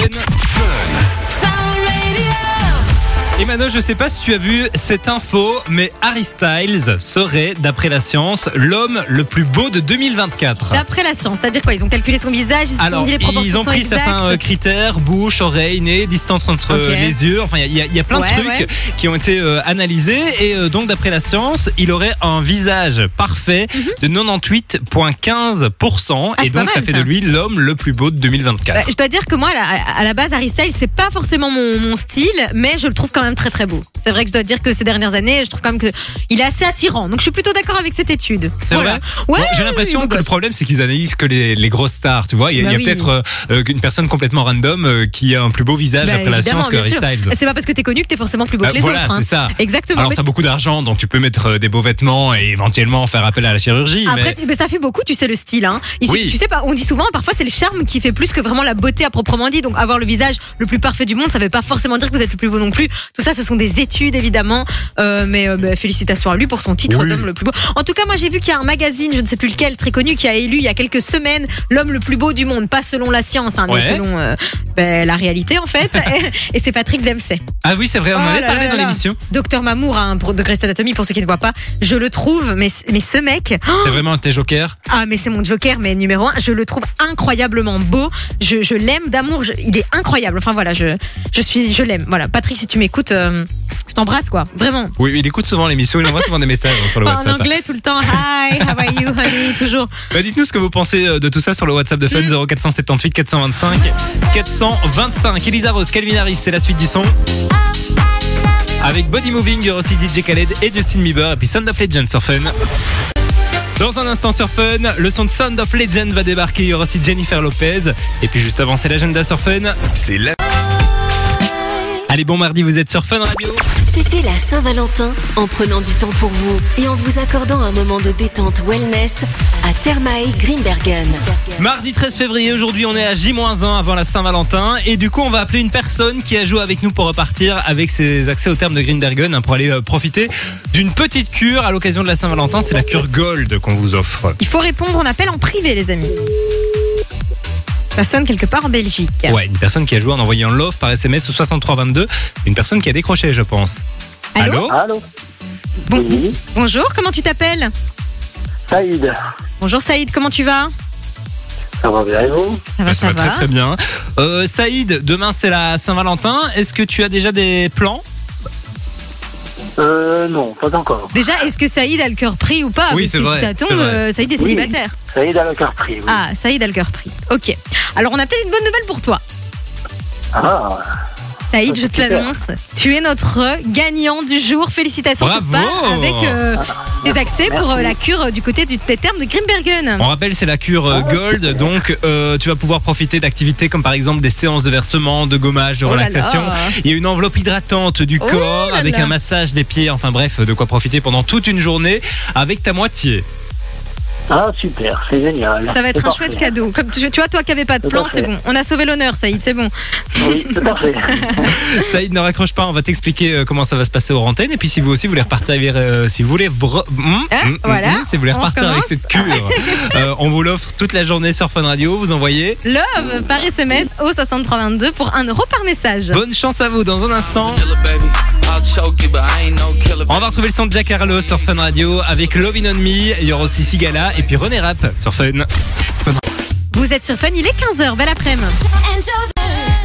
Speaker 1: Et Mano, je sais pas si tu as vu cette info, mais Harry Styles serait, d'après la science, l'homme le plus beau de 2024.
Speaker 4: D'après la science, c'est-à-dire quoi Ils ont calculé son visage, ils se sont
Speaker 1: Alors,
Speaker 4: dit les proportions
Speaker 1: ils ont
Speaker 4: sont
Speaker 1: pris
Speaker 4: exactes.
Speaker 1: certains euh, critères, bouche, oreille, nez, distance entre euh,
Speaker 4: Ok.
Speaker 1: les yeux. Enfin, il y, a- il y a plein
Speaker 4: Ouais,
Speaker 1: de trucs
Speaker 4: ouais.
Speaker 1: qui ont été euh, analysés. Et euh, donc, d'après la science, il aurait un visage parfait de 98,15%.
Speaker 4: Mhm. Ah,
Speaker 1: et
Speaker 4: c'est pas
Speaker 1: donc, ça
Speaker 4: mal,
Speaker 1: fait
Speaker 4: ça.
Speaker 1: de lui l'homme le plus beau de 2024.
Speaker 4: Bah, je dois dire que moi, à la, à la base, Harry Styles, c'est pas forcément mon, mon style, mais je le trouve quand même très très beau. C'est vrai que je dois dire que ces dernières années, je trouve quand même que il est assez attirant. Donc je suis plutôt d'accord avec cette étude.
Speaker 1: C'est
Speaker 4: Voilà.
Speaker 1: vrai
Speaker 4: Ouais,
Speaker 1: Moi, J'ai
Speaker 4: il
Speaker 1: l'impression
Speaker 4: me
Speaker 1: que le
Speaker 4: gosse.
Speaker 1: problème, c'est qu'ils analysent que les, les grosses stars, tu vois. Il y a,
Speaker 4: Bah
Speaker 1: il y a
Speaker 4: oui.
Speaker 1: peut-être euh, une personne complètement random euh, qui a un plus beau visage
Speaker 4: Bah,
Speaker 1: après la
Speaker 4: évidemment,
Speaker 1: science que
Speaker 4: bien
Speaker 1: Harry
Speaker 4: sûr.
Speaker 1: Styles.
Speaker 4: C'est pas parce que t'es connu que t'es forcément plus beau
Speaker 1: Bah,
Speaker 4: que les
Speaker 1: voilà,
Speaker 4: autres. hein.
Speaker 1: c'est ça.
Speaker 4: Exactement.
Speaker 1: Alors
Speaker 4: Mais
Speaker 1: t'as beaucoup d'argent, donc tu peux mettre euh, des beaux vêtements et éventuellement faire appel à la chirurgie.
Speaker 4: Après,
Speaker 1: mais-
Speaker 4: tu- mais ça fait beaucoup, tu sais, le style. Hein. Il suffit-
Speaker 1: Oui.
Speaker 4: Tu sais pas, on dit souvent, parfois c'est le charme qui fait plus que vraiment la beauté à proprement dit. Donc avoir le visage le plus parfait du monde, ça veut pas forcément dire que vous êtes le plus beau non plus. Tout ça, ce sont des études évidemment. Euh, mais euh, bah, félicitations à lui pour son titre
Speaker 1: Oui.
Speaker 4: d'homme le plus beau. En tout cas, moi j'ai vu qu'il y a un magazine, je ne sais plus lequel, très connu, qui a élu il y a quelques semaines l'homme le plus beau du monde, pas selon la science, hein,
Speaker 1: Ouais.
Speaker 4: mais selon euh, bah, la réalité en fait. Et c'est Patrick Dempsey.
Speaker 1: Ah oui, c'est vrai, on en
Speaker 4: Oh
Speaker 1: avait
Speaker 4: là
Speaker 1: parlé
Speaker 4: là
Speaker 1: dans
Speaker 4: là.
Speaker 1: l'émission.
Speaker 4: Docteur Mamour hein, pour- de Grey's Anatomy pour ceux qui ne voient pas, je le trouve, mais, mais ce mec,
Speaker 1: C'est vraiment un de tes jokers.
Speaker 4: ah mais c'est mon Joker, mais numéro un, je le trouve incroyablement beau, je, je l'aime d'amour, je- il est incroyable, enfin voilà, je, je suis, je l'aime, voilà, Patrick si tu m'écoutes, euh, je t'embrasse quoi, vraiment.
Speaker 1: Oui, il écoute souvent l'émission, il envoie souvent des messages hein, sur le
Speaker 4: Pas en
Speaker 1: WhatsApp.
Speaker 4: anglais tout le temps, hi, how are you, honey, toujours.
Speaker 1: Bah, Dites-nous ce que vous pensez euh, de tout ça sur le WhatsApp de Fun
Speaker 4: Mm.
Speaker 1: 0478 425 425. Elisa Rose, Calvin Harris, c'est la suite du son. Avec Body Moving, il y aura aussi DJ Khaled et Justin Bieber, et puis Sound of Legend sur Fun. Dans un instant sur Fun, le son de Sound of Legend va débarquer, il y aura aussi Jennifer Lopez. Et puis juste avant, c'est l'agenda sur Fun.
Speaker 5: C'est la-
Speaker 1: Allez, bon mardi, vous êtes sur Fun Radio.
Speaker 2: Fêtez la Saint-Valentin en prenant du temps pour vous et en vous accordant un moment de détente wellness à Thermae Grimbergen.
Speaker 1: Mardi 13 février, aujourd'hui on est à J-1 avant la Saint-Valentin et du coup on va appeler une personne qui a joué avec nous pour repartir avec ses accès au terme de Greenbergen hein, pour aller euh, profiter d'une petite cure à l'occasion de la Saint-Valentin, c'est la cure Gold qu'on vous offre.
Speaker 4: Il faut répondre, on appelle en privé les amis. Ça sonne quelque part en Belgique.
Speaker 1: Ouais, une personne qui a joué en envoyant love par SMS au 6322, une personne qui a décroché je pense.
Speaker 4: Allô
Speaker 1: Ah,
Speaker 3: Allô
Speaker 4: Bon-
Speaker 3: Oui,
Speaker 4: bonjour, comment tu t'appelles
Speaker 3: Saïd,
Speaker 4: Bonjour Saïd, comment tu vas
Speaker 3: ça va bien et vous
Speaker 4: Ça va,
Speaker 1: Bah, ça va très très bien. Euh, Saïd, demain c'est la Saint-Valentin, est-ce que tu as déjà des plans
Speaker 3: Euh, non, pas encore.
Speaker 4: Déjà, est-ce que Saïd a le cœur pris ou pas
Speaker 1: Oui,
Speaker 4: Parce
Speaker 1: c'est
Speaker 4: que
Speaker 1: vrai,
Speaker 4: Si ça
Speaker 1: c'est
Speaker 4: tombe,
Speaker 1: vrai.
Speaker 4: euh, Saïd est
Speaker 3: Oui.
Speaker 4: célibataire.
Speaker 3: Saïd a le cœur pris, oui.
Speaker 4: Ah, Saïd a le cœur pris. Ok. Alors, on a peut-être une bonne nouvelle pour toi.
Speaker 3: Ah,
Speaker 4: Saïd,
Speaker 3: Ah,
Speaker 4: je te
Speaker 3: super.
Speaker 4: l'annonce. Tu es notre gagnant du jour. Félicitations.
Speaker 1: Bravo.
Speaker 4: Tu pars avec euh, des accès pour euh, la cure euh, du côté du, des termes de Grimbergen.
Speaker 1: On rappelle, c'est la cure euh, Gold, donc euh, tu vas pouvoir profiter d'activités comme par exemple des séances de versement, de gommage, de
Speaker 4: Oh là
Speaker 1: relaxation.
Speaker 4: là.
Speaker 1: Il y a une enveloppe hydratante du
Speaker 4: Oh
Speaker 1: corps
Speaker 4: là
Speaker 1: avec
Speaker 4: là.
Speaker 1: un massage des pieds, enfin bref, de quoi profiter pendant toute une journée avec ta moitié.
Speaker 3: ah super, c'est génial.
Speaker 4: Ça va être
Speaker 3: C'est
Speaker 4: un
Speaker 3: parfait.
Speaker 4: chouette cadeau. Comme tu, tu vois, toi qui n'avais pas de
Speaker 3: C'est
Speaker 4: plan,
Speaker 3: parfait.
Speaker 4: c'est bon. On a sauvé l'honneur, Saïd, c'est bon.
Speaker 3: Oui, tout à fait.
Speaker 1: Saïd, ne raccroche pas, on va t'expliquer euh, comment ça va se passer aux antennes. Et puis si vous aussi voulez repartir, euh, si vous voulez, vre- hmm,
Speaker 4: Ah,
Speaker 1: hmm, hmm,
Speaker 4: voilà,
Speaker 1: hmm, si vous voulez
Speaker 4: on
Speaker 1: repartir avec
Speaker 4: recommence.
Speaker 1: cette cure, euh, on vous l'offre toute la journée sur Fun Radio. Vous envoyez.
Speaker 3: Mmh.
Speaker 4: Love par SMS au 6322 pour 1 euro par message.
Speaker 1: Bonne chance à vous dans un instant.
Speaker 6: Killer, baby. I'll choke you, but I ain't no killer.
Speaker 1: On va retrouver le son de Jack Harlow sur Fun Radio avec Lovin' On Me, il y aura aussi Sigala et puis René Rap sur Fun.
Speaker 4: Vous êtes sur Fun, il est 15h. Belle après-midi.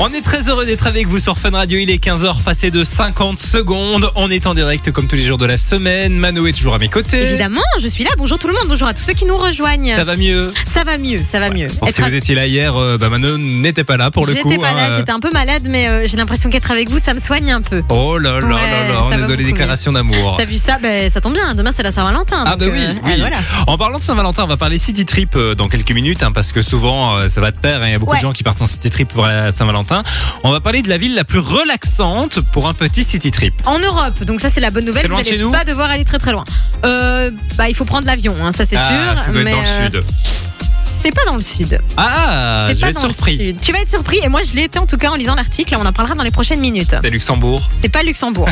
Speaker 1: On est très heureux d'être avec vous sur Fun Radio, il est 15h passé de 50 secondes, on est en direct comme tous les jours de la semaine, Mano est toujours à mes côtés.
Speaker 4: Évidemment, je suis là. Bonjour tout le monde. Bonjour à tous ceux qui nous rejoignent.
Speaker 1: Ça va mieux.
Speaker 4: Ça va mieux, ça va mieux.
Speaker 1: Bon,
Speaker 4: Être
Speaker 1: si vous étiez là hier, euh, bah Mano n'était pas là pour le
Speaker 4: j'étais
Speaker 1: coup.
Speaker 4: pas
Speaker 1: hein,
Speaker 4: là,
Speaker 1: euh.
Speaker 4: j'étais un peu malade, mais euh, j'ai l'impression qu'être avec vous, ça me soigne un peu.
Speaker 1: Oh là là
Speaker 4: Ouais,
Speaker 1: là là,
Speaker 4: ça
Speaker 1: on
Speaker 4: va
Speaker 1: est dans
Speaker 4: beaucoup
Speaker 1: les
Speaker 4: mieux.
Speaker 1: déclarations d'amour.
Speaker 4: T'as vu ça ben, Ça tombe bien, demain c'est la Saint-Valentin.
Speaker 1: Ah bah
Speaker 4: donc,
Speaker 1: oui,
Speaker 4: euh,
Speaker 1: oui.
Speaker 4: ah, voilà.
Speaker 1: En parlant de Saint-Valentin, on va parler city trip euh, dans quelques minutes, hein, parce que souvent euh, ça va de pair. hein, Il y a beaucoup de
Speaker 4: Ouais.
Speaker 1: gens qui partent en city trip pour la Saint-Valentin. On va parler de la ville la plus relaxante pour un petit city trip.
Speaker 4: En Europe, donc ça c'est la bonne nouvelle,
Speaker 1: C'est
Speaker 4: vous
Speaker 1: loin de chez
Speaker 4: n'allez
Speaker 1: nous
Speaker 4: pas devoir aller très très loin. Euh, bah, il faut prendre l'avion, hein, ça c'est
Speaker 1: ah,
Speaker 4: sûr.
Speaker 1: ça doit être
Speaker 4: mais,
Speaker 1: dans
Speaker 4: euh,
Speaker 1: le sud.
Speaker 4: C'est pas dans le sud.
Speaker 1: Ah,
Speaker 4: c'est
Speaker 1: je
Speaker 4: pas
Speaker 1: vais être
Speaker 4: dans le
Speaker 1: surpris.
Speaker 4: sud. Tu vas être surpris, et moi je l'ai été en tout cas en lisant l'article, on en parlera dans les prochaines minutes.
Speaker 1: C'est Luxembourg.
Speaker 4: C'est pas Luxembourg.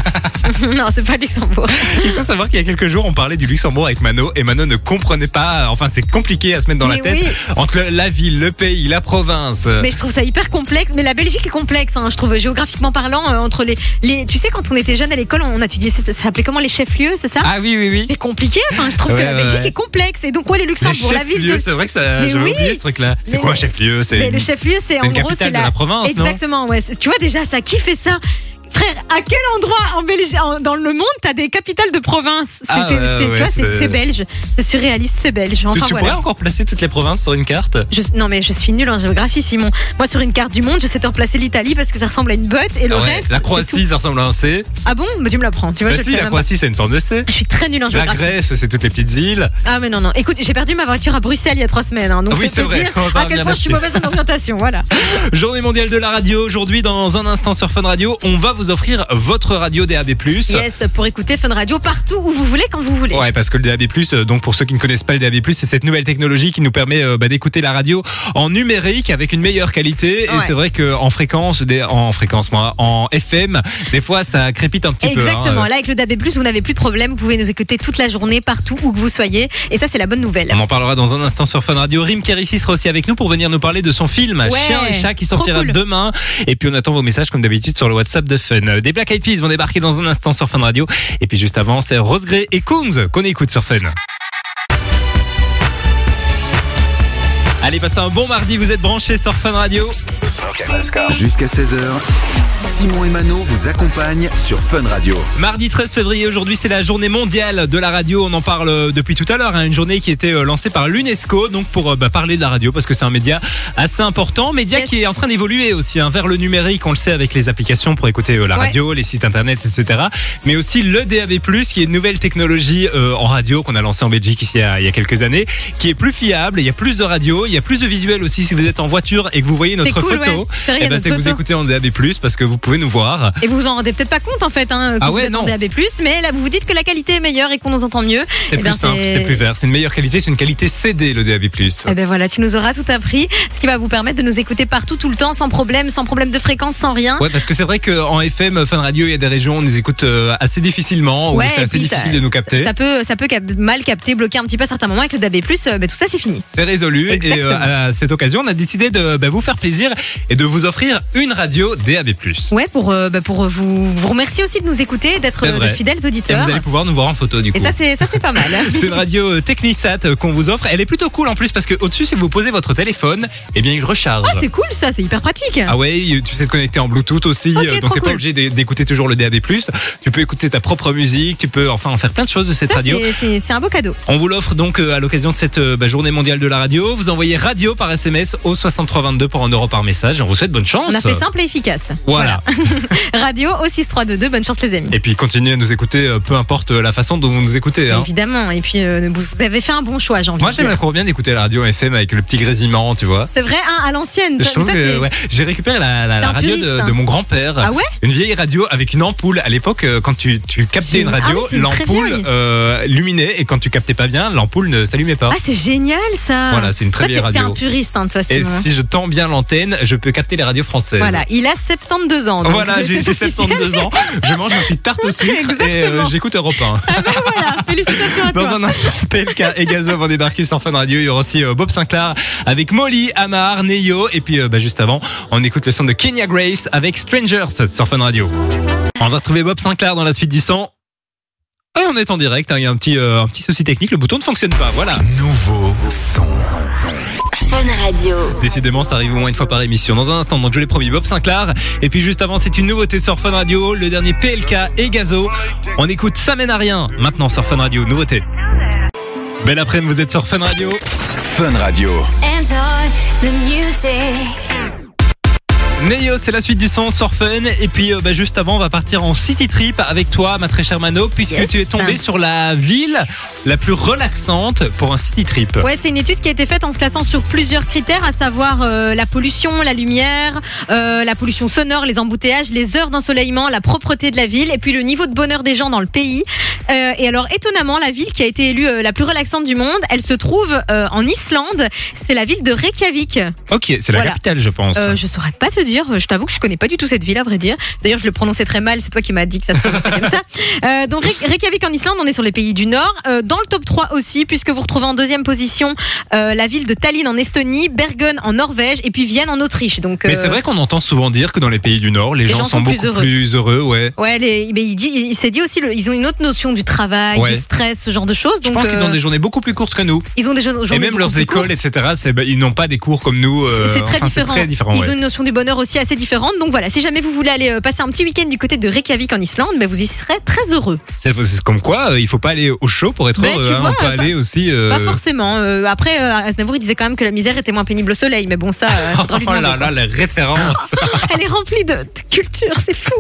Speaker 4: non, c'est pas Luxembourg.
Speaker 1: Il faut savoir qu'il y a quelques jours, on parlait du Luxembourg avec Mano et Mano ne comprenait pas. Enfin, c'est compliqué à se mettre dans la
Speaker 4: Mais
Speaker 1: tête
Speaker 4: oui.
Speaker 1: entre la ville, le pays, la province.
Speaker 4: Mais je trouve ça hyper complexe. Mais la Belgique est complexe, hein, je trouve, géographiquement parlant, euh, entre les, les. Tu sais, quand on était jeune à l'école, on a étudié, ça s'appelait comment les chefs-lieux, c'est ça
Speaker 1: Ah oui, oui, oui.
Speaker 4: C'est compliqué, enfin, je trouve
Speaker 1: Ouais,
Speaker 4: que la
Speaker 1: ouais,
Speaker 4: Belgique
Speaker 1: ouais.
Speaker 4: est complexe. Et donc, ouais, le
Speaker 1: Les
Speaker 4: Luxembourg, la ville
Speaker 1: chefs-lieux,
Speaker 4: de.
Speaker 1: c'est vrai que ça.
Speaker 4: Mais
Speaker 1: J'avais
Speaker 4: oui.
Speaker 1: oublié ce truc-là. C'est
Speaker 4: Mais-
Speaker 1: quoi chef-lieu C'est
Speaker 4: Mais
Speaker 1: une-
Speaker 4: le chef-lieu, c'est
Speaker 1: c'est
Speaker 4: en
Speaker 1: une
Speaker 4: gros,
Speaker 1: capitale
Speaker 4: c'est
Speaker 1: de la province, non
Speaker 4: Exactement, ouais. C'est- Tu vois, déjà, ça qui fait ça Frère, à quel endroit en Belgique, en- dans le monde, t'as des capitales de province C'est
Speaker 1: Ah
Speaker 4: c'est-
Speaker 1: ouais,
Speaker 4: c'est-
Speaker 1: ouais,
Speaker 4: tu vois, c'est-
Speaker 1: c'est-
Speaker 4: c'est belge, c'est surréaliste, c'est belge.
Speaker 1: Tu,
Speaker 4: Enfin
Speaker 1: tu pourrais
Speaker 4: voilà.
Speaker 1: encore placer toutes les provinces sur une carte
Speaker 4: Je- non mais je suis nulle en géographie, Simon. Moi, sur une carte du monde, je sais te replacer l'Italie parce que ça ressemble à une botte et le
Speaker 1: Ah ouais,
Speaker 4: reste.
Speaker 1: La
Speaker 4: c'est tout.
Speaker 1: Croatie, ça ressemble à un C.
Speaker 4: Ah bon Mais tu me l'apprends. Tu vois,
Speaker 1: Bah
Speaker 4: je le
Speaker 1: si,
Speaker 4: sais
Speaker 1: la
Speaker 4: même pas.
Speaker 1: Croatie, c'est une forme de C.
Speaker 4: Je suis très nulle en
Speaker 1: La
Speaker 4: géographie.
Speaker 1: Grèce, c'est toutes les petites îles.
Speaker 4: Ah mais non non. Écoute, j'ai perdu ma voiture à Bruxelles il y a trois semaines, hein, donc
Speaker 1: Oui, c'est
Speaker 4: c'est te
Speaker 1: vrai,
Speaker 4: dire
Speaker 1: on va
Speaker 4: à
Speaker 1: revenir
Speaker 4: quel point je suis
Speaker 1: là-dessus.
Speaker 4: mauvaise en orientation. Voilà.
Speaker 1: Journée mondiale de la radio. Aujourd'hui, dans un instant sur Fun Radio, on va vous offrir votre radio DAB+.
Speaker 4: Yes, pour écouter Fun Radio partout où vous voulez, quand vous voulez.
Speaker 1: Ouais, parce que le DAB+, euh, donc pour ceux qui ne connaissent pas le DAB+, c'est cette nouvelle technologie qui nous permet euh, bah, d'écouter la radio en numérique avec une meilleure qualité. Et
Speaker 4: Ouais.
Speaker 1: c'est vrai que en fréquence, des- en fréquence, moi, en FM, des fois ça crépite un petit peu.
Speaker 4: Exactement.
Speaker 1: hein.
Speaker 4: Là, avec le DAB+, vous n'avez plus de problème. Vous pouvez nous écouter toute la journée, partout où que vous soyez. Et ça, c'est la bonne nouvelle.
Speaker 1: On en parlera dans un instant sur Fun Radio. Rim Kérissi sera aussi avec nous pour venir nous parler de son film
Speaker 4: Ouais,
Speaker 1: Chien et chat qui
Speaker 4: trop
Speaker 1: sortira
Speaker 4: cool.
Speaker 1: demain. Et puis on attend vos messages comme d'habitude sur le WhatsApp de Fun. Des Black Eyed Peas vont débarquer dans un instant sur Fun Radio. Et puis juste avant, c'est Rose Gray et Kungs qu'on écoute sur Fun. Allez, passez un bon mardi, vous êtes branchés sur Fun Radio.
Speaker 5: Jusqu'à 16h, Simon et Mano vous accompagnent sur Fun Radio.
Speaker 1: Mardi 13 février, aujourd'hui c'est la journée mondiale de la radio, on en parle euh, depuis tout à l'heure, hein. une journée qui était euh, lancée par l'UNESCO, donc pour euh, bah, parler de la radio, parce que c'est un média assez important, média
Speaker 4: Yes.
Speaker 1: qui est en train d'évoluer aussi hein, vers le numérique, on le sait avec les applications pour écouter euh, la
Speaker 4: Ouais.
Speaker 1: radio, les sites internet, etc. Mais aussi le DAB+, qui est une nouvelle technologie euh, en radio qu'on a lancée en Belgique ici il y a, il y a quelques années, qui est plus fiable, il y a plus de radio, il y a plus de visuels aussi si vous êtes en voiture et que vous voyez
Speaker 4: C'est
Speaker 1: notre photo.
Speaker 4: cool, ouais. C'est vrai, il y
Speaker 1: eh ben,
Speaker 4: a notre
Speaker 1: c'est que vous
Speaker 4: photo.
Speaker 1: écoutez en DAB+, parce que vous pouvez nous voir.
Speaker 4: Et vous vous en rendez peut-être pas compte en fait, hein, que
Speaker 1: Ah
Speaker 4: vous
Speaker 1: ouais,
Speaker 4: êtes
Speaker 1: non.
Speaker 4: en DAB+, mais là vous vous dites que la qualité est meilleure et qu'on nous entend mieux.
Speaker 1: C'est
Speaker 4: Eh
Speaker 1: plus
Speaker 4: ben,
Speaker 1: simple, c'est plus vert, c'est une meilleure qualité, c'est une qualité CD le DAB+.
Speaker 4: Eh ben voilà, tu nous auras tout appris, ce qui va vous permettre de nous écouter partout, tout le temps, sans problème, sans problème de fréquence, sans rien.
Speaker 1: Ouais, parce que c'est vrai qu'en FM, Fun Radio, il y a des régions où on les écoute euh, assez difficilement, où
Speaker 4: Ouais,
Speaker 1: c'est
Speaker 4: et
Speaker 1: assez
Speaker 4: puis ça-
Speaker 1: difficile de nous capter.
Speaker 4: Ça peut, ça peut cap- mal capter, bloquer un petit peu à certains moments avec le DAB+, euh, ben tout ça c'est fini.
Speaker 1: C'est résolu et
Speaker 4: Exactement.
Speaker 1: euh, à cette occasion, on a décidé de bah, vous faire plaisir et de vous offrir une radio DAB+.
Speaker 4: Ouais, pour, euh, bah, pour euh, vous, vous remercier aussi de nous écouter, d'être
Speaker 1: C'est
Speaker 4: euh,
Speaker 1: vrai.
Speaker 4: de fidèles
Speaker 1: Et
Speaker 4: auditeurs.
Speaker 1: vous allez pouvoir nous voir en photo du
Speaker 4: Et
Speaker 1: coup.
Speaker 4: ça, c'est ça, c'est pas mal.
Speaker 1: C'est une radio euh, Technisat euh, qu'on vous offre. Elle est plutôt cool en plus parce que au-dessus, si vous posez votre téléphone, eh bien il recharge.
Speaker 4: Ah, c'est cool ça, c'est hyper pratique.
Speaker 1: Ah ouais, tu sais te connecter en Bluetooth aussi,
Speaker 4: Ok,
Speaker 1: euh, donc
Speaker 4: trop
Speaker 1: t'es pas
Speaker 4: cool.
Speaker 1: obligé d'é- d'écouter toujours le DAB+. Tu peux écouter ta propre musique, tu peux enfin en faire plein de choses de cette
Speaker 4: Ça,
Speaker 1: radio.
Speaker 4: c'est- c'est c'est un beau cadeau.
Speaker 1: On vous l'offre donc euh, à l'occasion de cette euh, bah, journée mondiale de la radio. Vous envoyez radio par SMS au 6322 pour 1 euro par message. On vous souhaite bonne chance.
Speaker 4: On a fait simple et efficace.
Speaker 1: Voilà.
Speaker 4: Radio au 6322, bonne chance les amis.
Speaker 1: Et puis continuez à nous écouter, euh, peu importe euh, la façon dont vous nous écoutez. hein.
Speaker 4: Évidemment, et puis euh, vous avez fait un bon choix, j'ai envie
Speaker 1: Moi
Speaker 4: de
Speaker 1: j'aime
Speaker 4: dire.
Speaker 1: encore bien d'écouter la radio FM avec le petit grésillement, tu vois.
Speaker 4: C'est vrai, hein, à l'ancienne.
Speaker 1: Je
Speaker 4: Toi-
Speaker 1: trouve
Speaker 4: toi,
Speaker 1: que
Speaker 4: t'es-
Speaker 1: ouais, j'ai récupéré la, la- la
Speaker 4: T'es un
Speaker 1: radio de,
Speaker 4: puriste, hein.
Speaker 1: de mon grand-père.
Speaker 4: Ah ouais
Speaker 1: Une vieille radio avec une ampoule. À l'époque, euh, quand tu, tu captais
Speaker 4: J'ai-
Speaker 1: une radio,
Speaker 4: Ah oui, c'est une très
Speaker 1: l'ampoule
Speaker 4: vieille.
Speaker 1: euh, luminait et quand tu captais pas bien, l'ampoule ne s'allumait pas.
Speaker 4: Ah, c'est génial ça.
Speaker 1: Hein Voilà, c'est une très
Speaker 4: Toi,
Speaker 1: vieille
Speaker 4: t'es- T'es
Speaker 1: radio.
Speaker 4: un puriste, hein, toi,
Speaker 1: et
Speaker 4: Simon.
Speaker 1: si je tends bien l'antenne, je peux capter les radios françaises.
Speaker 4: Voilà, il a 72 ans. donc
Speaker 1: Voilà,
Speaker 4: c'est-
Speaker 1: j'ai
Speaker 4: c'est
Speaker 1: j'ai
Speaker 4: officiel.
Speaker 1: 72 ans, je mange ma petite tarte au sucre et euh,
Speaker 4: Exactement.
Speaker 1: j'écoute Europe 1.
Speaker 4: Ah bah voilà, félicitations à
Speaker 1: Dans
Speaker 4: Ah, toi.
Speaker 1: un instant, PLK et Gazo vont débarquer sur Fun Radio. Il y aura aussi euh, Bob Sinclair avec Molly, Amar, Neyo. Et puis, euh, bah, juste avant, on écoute le son de Kenya Grace avec Strangers sur Fun Radio. On va retrouver Bob Sinclair dans la suite du son. Et on est en direct, hein. il y a un petit, euh, un petit souci technique, le bouton ne fonctionne pas, voilà.
Speaker 5: Nouveau son.
Speaker 2: Fun Radio.
Speaker 1: Décidément, ça arrive au moins une fois par émission. Dans un instant, donc je l'ai promis, Bob Sinclair. Et puis juste avant, c'est une nouveauté sur Fun Radio, le dernier PLK et Gazo. On écoute Ça mène à rien maintenant sur Fun Radio, nouveauté. Belle après-midi, vous êtes sur Fun Radio.
Speaker 5: Fun Radio.
Speaker 1: Neo, c'est la suite du son sur Fun. Et puis euh, bah, juste avant, on va partir en city trip avec toi, ma très chère Mano, puisque
Speaker 4: Yes.
Speaker 1: tu es tombée sur la ville la plus relaxante pour un city trip.
Speaker 4: Ouais, c'est une étude qui a été faite en se classant sur plusieurs critères, à savoir euh, la pollution, la lumière, euh, la pollution sonore, les embouteillages, les heures d'ensoleillement, la propreté de la ville, et puis le niveau de bonheur des gens dans le pays. Euh, et alors, étonnamment, la ville qui a été élue euh, la plus relaxante du monde, elle se trouve euh, en Islande. C'est la ville de Reykjavik.
Speaker 1: Ok, c'est la
Speaker 4: Voilà.
Speaker 1: capitale, je pense.
Speaker 4: Euh, je saurais pas te dire. Je t'avoue que je connais pas du tout cette ville, à vrai dire. D'ailleurs, je le prononçais très mal. C'est toi qui m'as dit que ça se prononçait comme ça. Euh, donc, Rey- Reykjavik en Islande, on est sur les pays du Nord. Euh, dans le top 3 aussi, puisque vous retrouvez en deuxième position euh, la ville de Tallinn en Estonie, Bergen en Norvège et puis Vienne en Autriche. Donc,
Speaker 1: Mais
Speaker 4: euh,
Speaker 1: c'est vrai qu'on entend souvent dire que dans les pays du Nord, les,
Speaker 4: les gens sont plus
Speaker 1: beaucoup
Speaker 4: heureux.
Speaker 1: plus heureux ouais.
Speaker 4: Ouais, les- mais il, dit, il s'est dit aussi, le- ils ont une autre notion du travail,
Speaker 1: Ouais.
Speaker 4: du stress, ce genre de choses.
Speaker 1: Je
Speaker 4: Donc,
Speaker 1: pense qu'ils ont
Speaker 4: euh,
Speaker 1: des journées beaucoup plus courtes que nous.
Speaker 4: ils ont des journées
Speaker 1: et même
Speaker 4: beaucoup
Speaker 1: leurs
Speaker 4: plus
Speaker 1: écoles,
Speaker 4: courtes.
Speaker 1: etc., c'est- ben, ils n'ont pas des cours comme nous. euh,
Speaker 4: C'est très
Speaker 1: enfin,
Speaker 4: différent.
Speaker 1: très différent,
Speaker 4: Ils
Speaker 1: ouais.
Speaker 4: ont une notion du bonheur aussi assez différente. Donc voilà, si jamais vous voulez aller euh, passer un petit week-end du côté de Reykjavik en Islande, ben vous y serez très heureux.
Speaker 1: C'est c'est comme quoi, euh, il faut pas aller au chaud pour être
Speaker 4: Ben,
Speaker 1: heureux.
Speaker 4: tu
Speaker 1: hein.
Speaker 4: vois,
Speaker 1: on peut
Speaker 4: pas-
Speaker 1: aller aussi. euh,
Speaker 4: Pas forcément. Euh, après, euh, Aznavour, il disait quand même que la misère était moins pénible au soleil. Mais bon, ça, euh, faudra lui
Speaker 1: Oh là
Speaker 4: demander.
Speaker 1: là, la référence.
Speaker 4: elle est remplie de, de culture, c'est fou.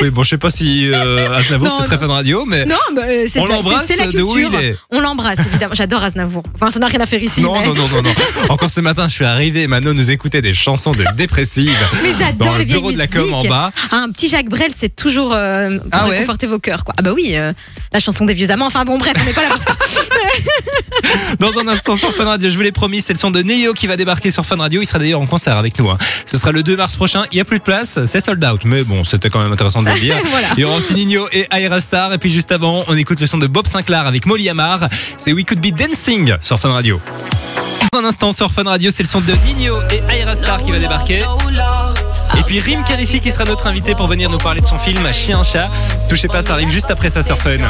Speaker 1: oui, bon, je sais pas si euh, Aznavour
Speaker 4: Non,
Speaker 1: c'est très fan radio, mais
Speaker 4: Non, bah, euh, c'est
Speaker 1: On
Speaker 4: de la-
Speaker 1: l'embrasse
Speaker 4: c'est- c'est la
Speaker 1: de où
Speaker 4: culture.
Speaker 1: il est.
Speaker 4: On l'embrasse, évidemment. J'adore Aznavour. Enfin, ça n'a rien à faire ici.
Speaker 1: Non,
Speaker 4: mais...
Speaker 1: non, non, non, non. Encore ce matin, je suis arrivé. Manon nous écoutait des chansons de dépressives.
Speaker 4: Mais j'adore
Speaker 1: Dans le
Speaker 4: les vieilles
Speaker 1: bureau de la com
Speaker 4: musiques.
Speaker 1: en bas.
Speaker 4: Ah, un petit Jacques Brel, c'est toujours euh, pour
Speaker 1: Ah ouais
Speaker 4: réconforter vos cœurs. Quoi. Ah bah oui, euh, la chanson des vieux amants. Enfin bon, bref, on n'est pas là. pour ça.
Speaker 1: Dans un instant sur Fun Radio, je vous l'ai promis, c'est le son de Neo qui va débarquer sur Fun Radio. Il sera d'ailleurs en concert avec nous. hein. Ce sera le 2 mars prochain. Il n'y a plus de place, c'est sold out. Mais bon, c'était quand même intéressant de le dire.
Speaker 4: Voilà.
Speaker 1: Il y aura aussi Nino et Aira Star. Et puis juste avant, on écoute le son de Bob Sinclair avec Molly Amar. C'est We Could Be Dancing sur Fun Radio. Dans un instant sur Fun Radio, c'est le son de Nino et Aira Star qui va débarquer. Et puis Rim Karissi qui sera notre invité pour venir nous parler de son film Chien-Chat. Touchez pas, ça arrive juste après ça sur Fun.